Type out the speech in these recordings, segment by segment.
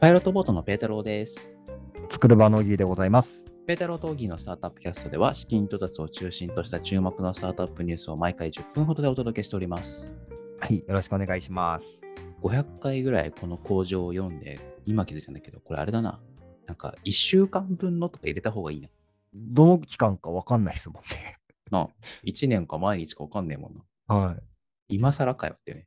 パイロットボートのペータローです。作る場のギーでございます。ペータローとオギーのスタートアップキャストでは、資金調達を中心とした注目のスタートアップニュースを毎回10分ほどでお届けしております。はい、よろしくお願いします。 500回ぐらいこの工場を読んで、今気づいたんだけど、これあれだな。なんか1週間分のとか入れた方がいいな。どの期間かわかんないですもんね。な1年か毎日か分かんねえもんな。はい。今更かよってね。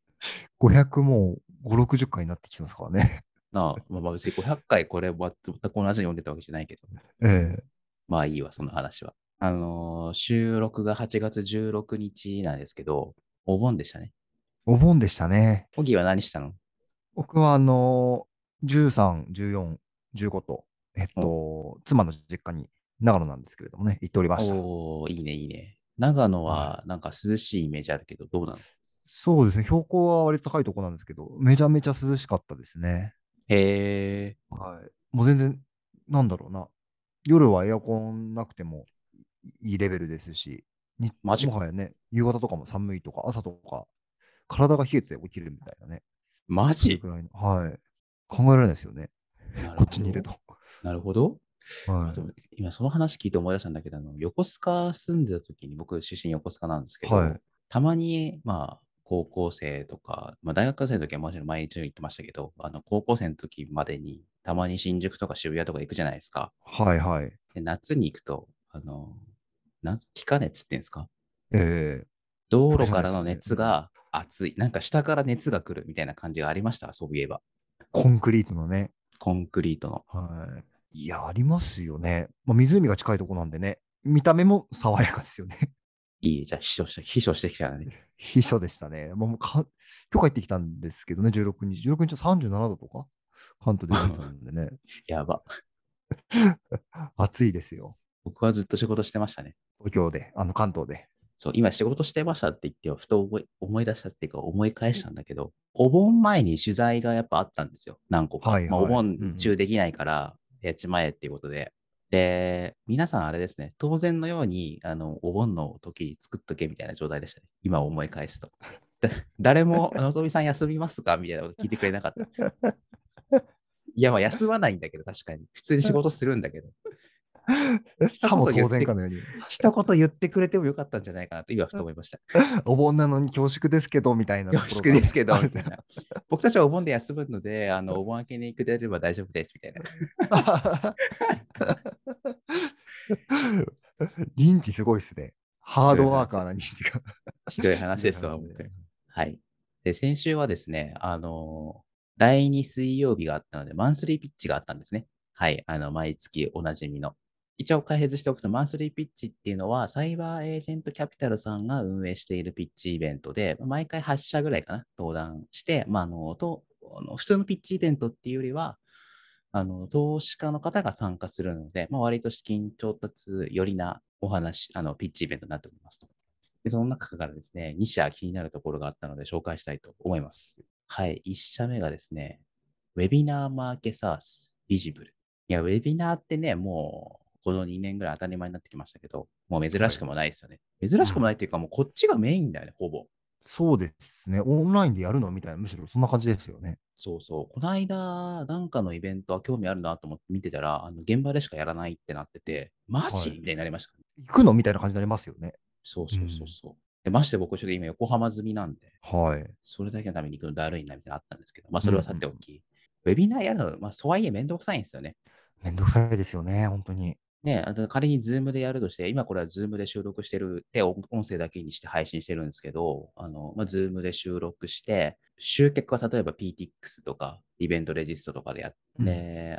500もう5、60回になってきてますからね。なあ、まあまあ別に500回これは全く同じの読んでたわけじゃないけど。 ええまあいいわ、その話は。あのー収録が8月16日なんですけど、お盆でしたね。お盆でしたね。オギーは何したの僕はあのー、13、14、15と、えっと、妻の実家に長野なんですけれどもね、行っておりました。おおーいいね、いいね。長野ははなんか涼しいイメージあるけど、どうなのそうですね、標高は割と高いとこなんですけど、めちゃめちゃ涼しかったですね。へえ、はい。もう全然、なんだろうな。夜はエアコンなくてもいいレベルですし、にマジかもはやね、夕方とかも寒いとか、朝とか、体が冷えて起きるみたいなね。マそれジくらいのはい。考えられないですよね。こっちにいると。。なるほど。はあと今その話聞いて思い出したんだけど、あの横須賀住んでた時に、僕出身横須賀なんですけい。ど、はい。たまに、まあ、高校生とか、まあ、大学生の時はもちろん毎日のように行ってましたけど、あの高校生の時までに、たまに新宿とか渋谷とか行くじゃないですか。はいはい。で夏に行くと、あの、なん気化熱っていうんですかええ道路からのそうですね熱が熱い。なんか下から熱が来るみたいな感じがありました、そういえば。コンクリートのね。コンクリートの。はい。いや、ありますよね。まあ、湖が近いとこなんでね。見た目も爽やかですよね。いい、じゃあ、秘書して、秘書してきたらね。秘書でしたね。もうもうか今日帰ってきたんですけどね、16日。16日は37度とか関東で出てたんでね。やば。暑いですよ。僕はずっと仕事してましたね。東京で、あの関 東で。そう、今仕事してましたって言って、ふと思い思い出したっていうか、思い返したんだけど、お盆前に取材がやっぱあったんですよ。何個か。はいまあ、はおいうんう盆ん中できないから、やっちまえっていうことで。で、皆さんあれですね、当然のように、あの、お盆の時に作っとけみたいな状態でしたね。今思い返すと。だ誰も、のぞみさん休みますかみたいなこと聞いてくれなかった。いや、まあ休まないんだけど、確かに。普通に仕事するんだけど。さも当然かのように。 一言言ってくれてもよかったんじゃないかなと、今ふと思いました。お盆なのに恐縮ですけど、みたいなところが。恐縮ですけど、あみたいな。僕たちはお盆で休むので、あの、お盆明けに行くでれば大丈夫です、みたい な。 認知すごいですね。ハードワーカーな認知が。ひどい話ですわ、ひどい本話当に。ではい。で、先週はですね、あの第2水曜日があったので、マンスリーピッチがあったんですね。はい。あの、毎月おなじみの。一応解説しておくと、マンスリーピッチっていうのは、サイバーエージェントキャピタルさんが運営しているピッチイベントで、毎回8社ぐらいかな、登壇して、まあ、あの、と、あの普通のピッチイベントっていうよりは、あの、投資家の方が参加するので、まあ、割と資金調達寄りなお話、あの、ピッチイベントになっておりますと。で、その中からですね、2社気になるところがあったので紹介したいと思います。はい、1社目がですね、ウェビナーマーケサース、ビジブル。いや、ウェビナーってね、もう、この2年ぐらい当たり前になってきましたけど、もう珍しくもないですよね。珍しくもないっていうか、もうこっちがメインだよね、ほぼ。そうですね。オンラインでやるのみたいな、むしろそんな感じですよね。そうそう。この間、なんかのイベントは興味あるなと思って見てたら、あの現場でしかやらないってなってて、マジ、はいみたいになりました、ね。行くのみたいな感じになりますよね。そうそうそうそう。でまして僕、ちょっと今横浜済みなんで、はい。それだけのために行くのだるいなみたいなのあったんですけど、まあそれはさておき、ウェビナーやるの、まあそうはいえめんどくさいんですよね。めんどくさいですよね、本当に。ねあと仮に Zoom でやるとして、今これは Zoom で収録してるで音音声だけにして配信してるんですけど、あの、まあ、Zoom で収録して、集客は例えば PTX とかイベントレジストとかでやって、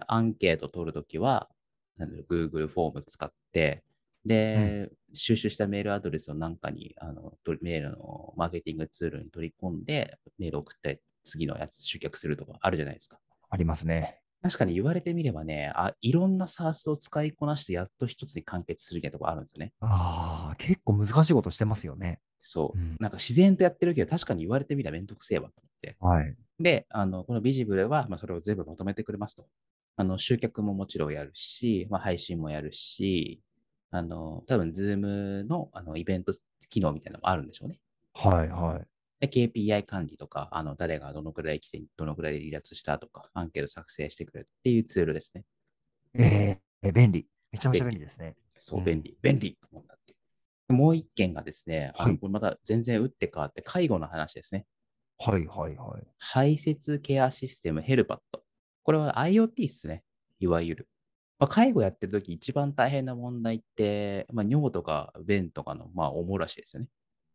アンケート取るときは、なんだろう Google フォーム使って、で、収集したメールアドレスをなんかに、あの、とメールのマーケティングツールに取り込んで、メール送って、次のやつ集客するとかあるじゃないですか。ありますね。確かに言われてみればね、あいろんなサースを使いこなしてやっと一つに完結するみたいなとこあるんですよね。ああ、結構難しいことしてますよね。そう。うんなんか自然とやってるけど、確かに言われてみればめんどくせえわと思って。はい。で、あのこのビジブルは、まあ、それを全部まとめてくれますと。あの集客ももちろんやるし、まあ、配信もやるし、あの多分 Zoom のあのイベント機能みたいなのもあるんでしょうね。はい、はい。で KPI 管理とか、あの誰がどのくらい来て、どのくらい離脱したとか、アンケート作成してくれるっていうツールですね。えー、便利。めちゃめちゃ便利ですね。そうう、ん便利、便利と思ったっていう。もう一件がですね、あのはいこれまた全然打って変わって、介護の話ですね。はいはいはい。排泄ケアシステムヘルパット。これは IoT ですね。いわゆる。まあ、介護やってるとき一番大変な問題って、まあ、尿とか便とかの、まあ、主らしいですよね。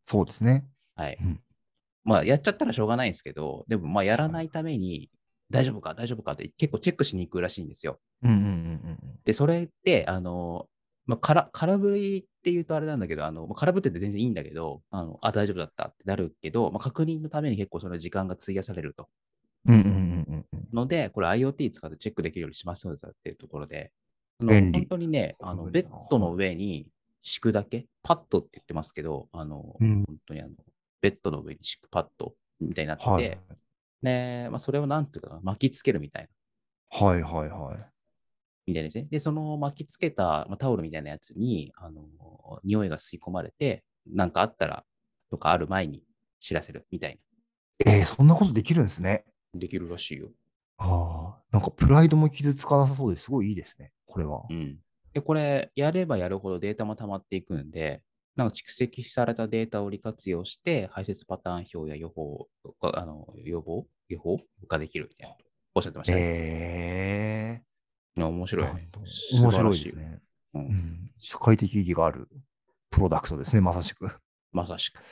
そうですね。はい。うんまあ、やっちゃったらしょうがないんですけど、でも、まあ、やらないために、大丈夫か、大丈夫かって結構チェックしに行くらしいんですよ。うんうんうんうんで、それって、あの、まあ、から空振りって言うとあれなんだけど、あのまあ空振ってて全然いいんだけど、あのあ大丈夫だったってなるけど、まあ、確認のために結構その時間が費やされると。うん。うんうんうんうんので、これ IoT 使ってチェックできるようにしましょうよっていうところで、あの便利本当にね、あの便ベ利ッだなドの上に敷くだけ、パッドって言ってますけど、あの、うん本当にあのベッドの上に敷くパッドみたいになってて、はい。ねまあ、それをなんていうかな巻きつけるみたいな。はいはいはい。みたいですね。で、その巻きつけた、まあ、タオルみたいなやつに、あの、匂いが吸い込まれて、なんかあったら、とかある前に知らせるみたいえー、そんなことできるんですね。な。できるらしいよ。ああ。なんかプライドも傷つかなさそうですごいいいですね。これはう。ん。で、これ、やればやるほどデータも溜まっていくんで、なんか蓄積されたデータを利活用して、排泄パターン表や予報が、あの予防予報ができるみたいな。おっしゃってましたね。え面え白い。面白いですね。ううんん。社会的意義があるプロダクトですね、まさしく。まさしく。っ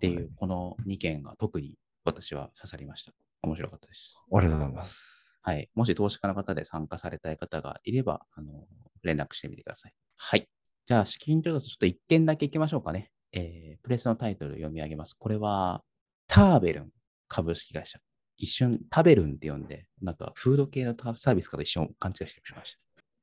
てい、はいうこの2件が特に私は刺さりました。面白かったです。ありがとうございます。はい。もし投資家の方で参加されたい方がいれば、あの、連絡してみてください。はい。じゃあ、資金調達、ちょっと1点だけいきましょうかね。えープレスのタイトル読み上げます。これは、ターベルン株式会社。一瞬、タベルンって呼んで、なんか、フード系のタサービスかと一瞬勘違いしてしまいまし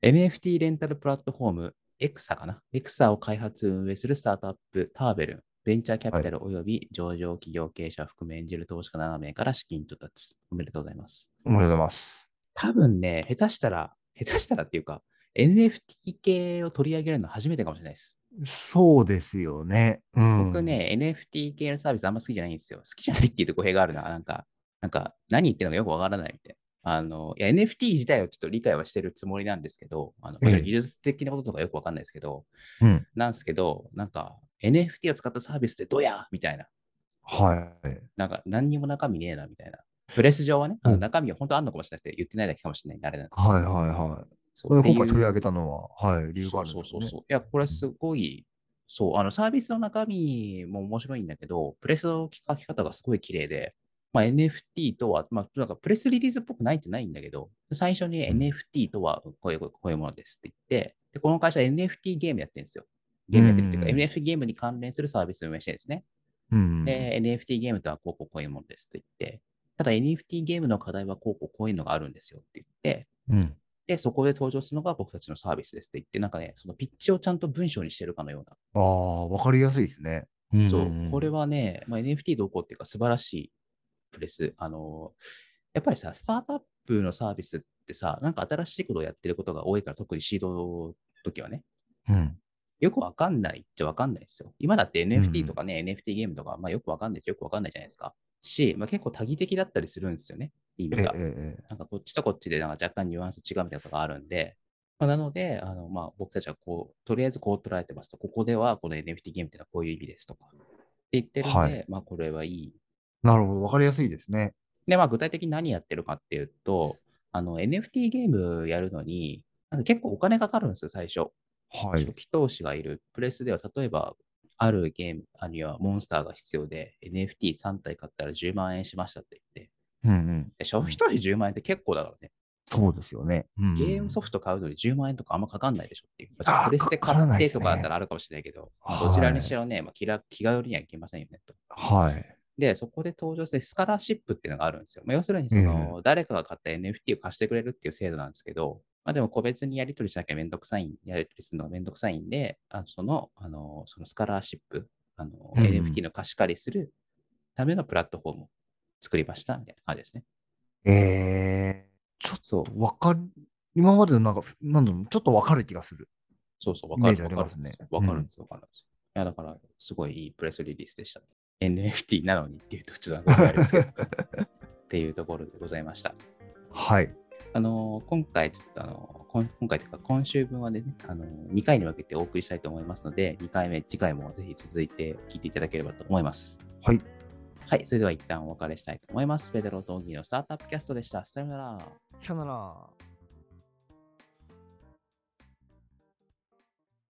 た。NFT レンタルプラットフォーム、エクサかな。エクサを開発運営するスタートアップ、ターベルン。ベンチャーキャピタルおよび上場企業経営者を含め演じる投資家7名から資金調達。おめでとうございます。おめでとうございます。多分ね、下手したら、下手したらっていうか、NFT 系を取り上げるの初めてかもしれないです。そうですよね。うん、僕。ね、NFT 系のサービスあんま好きじゃないんですよ。好きじゃないっていうと語弊があるな。なんか、なんか、何言ってるのかよくわからないみたいな。あの、いや、NFT 自体をちょっと理解はしてるつもりなんですけど、あの、ええ技術的なこととかよくわかんないですけど、うん。なんですけど、なんか、NFT を使ったサービスってどやみたいな。はい。なんか、何にも中身ねえな、みたいな。プレス上はね、あのうん中身は本当あんのかもしれなくて、言ってないだけかもしれないんで、あれなんですけど。はいはいはい。そうこれっていう今回取り上げたのは、はい、理由があるんそうですそようね。そう。いや、これすごい、そう、あの、サービスの中身も面白いんだけど、プレスの書き方がすごい綺麗で、まあ、NFT とは、まあ、なんかプレスリリースっぽくないってないんだけど、最初にうん NFT とはこういうこういうものですって言って、で、この会社 NFT ゲームやってるんですよ。ゲームやってるっていうか、うん NFT ゲームに関連するサービスを運営してるんですね。うん。で、NFT ゲームとはこうこうこういうものですって言って、ただ NFT ゲームの課題はこうこうこういうのがあるんですよって言って、うん。で、そこで登場するのが僕たちのサービスですって言って、なんかね、そのピッチをちゃんと文章にしてるかのような。ああ、わかりやすいですね。うんそんう、んこれ。はね、まあ、NFT どうこうっていうか素晴らしいプレス。あの、やっぱりさ、スタートアップのサービスってさ、なんか新しいことをやってることが多いから、特にシードの時はね、うん。よくわかんないっちゃわかんないですよ。今だってうんう NFT んとかね、NFT ゲームとか、まあよくわかんないし、よくわかんないじゃないですか。し、まあ、結構多義的だったりするんですよね、意え味えが。ええ。なんかこっちとこっちでなんか若干ニュアンス違うみたいなことがあるんで、まあ、なので、あのまあ、僕たちはこう、とりあえずこう捉えてますと、ここではこの NFT ゲームっていうのはこういう意味ですとかって言ってるんで、はいまあこれはいい。なるほど、わかりやすいですね。で、まあ具体的に何やってるかっていうと、あの NFT ゲームやるのに、なんか結構お金かかるんですよ、最初。はい初。期投資がいるプレスでは、例えば、あるゲーム、あるいはモンスターが必要で、NFT3 体買ったら10万円しましたって言ってうんうん。で、初期投資10万円って結構だからね。そうですよね。うんうんゲームソフト買うのに10万円とかあんまかかんないでしょっていう。まああープレスで買かからっないてですとねかだったらあるかもしれないけど、まあはいどちらにしろね、まあ、気ら気軽にはいけませんよねと。はい。で、そこで登場してスカラシップっていうのがあるんですよ。まあ、要するにその、誰かが買った NFT を貸してくれるっていう制度なんですけど、まあ、でも個別にやり取りしなきゃめんどくさいん、やり取りするのがめんどくさいんで、あのその、あの、そのスカラシップ、あの、うん NFT の貸し借りするためのプラットフォームを作りましたみたいな感じですね。ええ。ちょっそう、とわかる、今までのなんか、なんだろう、ちょっとわかる気がする。そうそう、わイかメーるジありますねわかるんですよ。わかうんるんですよ。わかるんで すよいや、だから、すごいいいプレスリリースでしたね。 NFT なのにっていうとちょっとなんかあれですけど、っていうところでございました。はい。あのー今回、ちょっとあのーこん今回というか今週分はね、あの2回に分けてお送りしたいと思いますので、2回目、次回もぜひ続いて聞いていただければと思います。はい。はい、それでは一旦お別れしたいと思います。ペドロとオギーのスタートアップキャストでした。さようなら。さよなら。